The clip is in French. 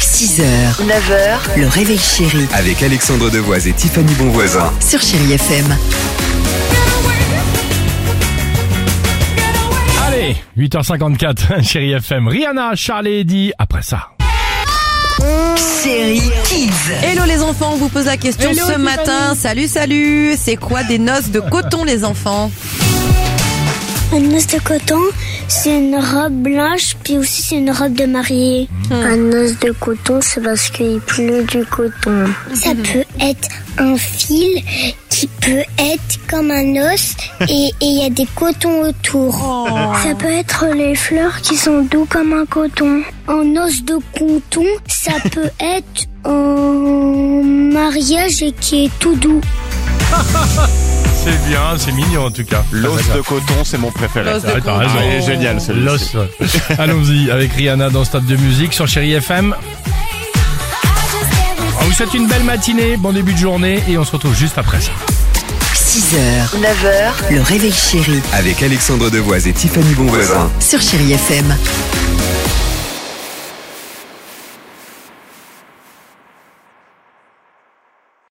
6h, 9h, le réveil chéri Avec Alexandre Devoise et Tiffany Bonvoisin. sur Chérie FM. Allez, 8h54, chérie FM. Rihanna, Charlie et Eddie, après ça. Chérie Kids. Hello les enfants, on vous pose la question ce matin. Salut, salut. C'est quoi des noces de coton les enfants Une noce de coton, c'est une robe blanche, puis aussi c'est une robe de mariée. Un noce de coton, c'est parce qu'il pleut du coton. Ça peut être un fil qui peut être comme un os et il y a des cotons autour. Ça peut être les fleurs qui sont doux comme un coton. En os de coton, ça peut être en mariage et qui est tout doux. C'est bien, c'est mignon en tout cas. L'os de coton, c'est mon préféré. L'os de Ah, t'as coton. raison. Ah, il est génial, celui-ci. L'os. Allons-y avec Rihanna dans Stop de musique sur Chérie FM. On Ah, vous souhaite une belle matinée, bon début de journée et on se retrouve juste après ça. 6h, 9h, le réveil chéri Avec Alexandre Devoise et Tiffany Bonvoisin. sur Chérie FM.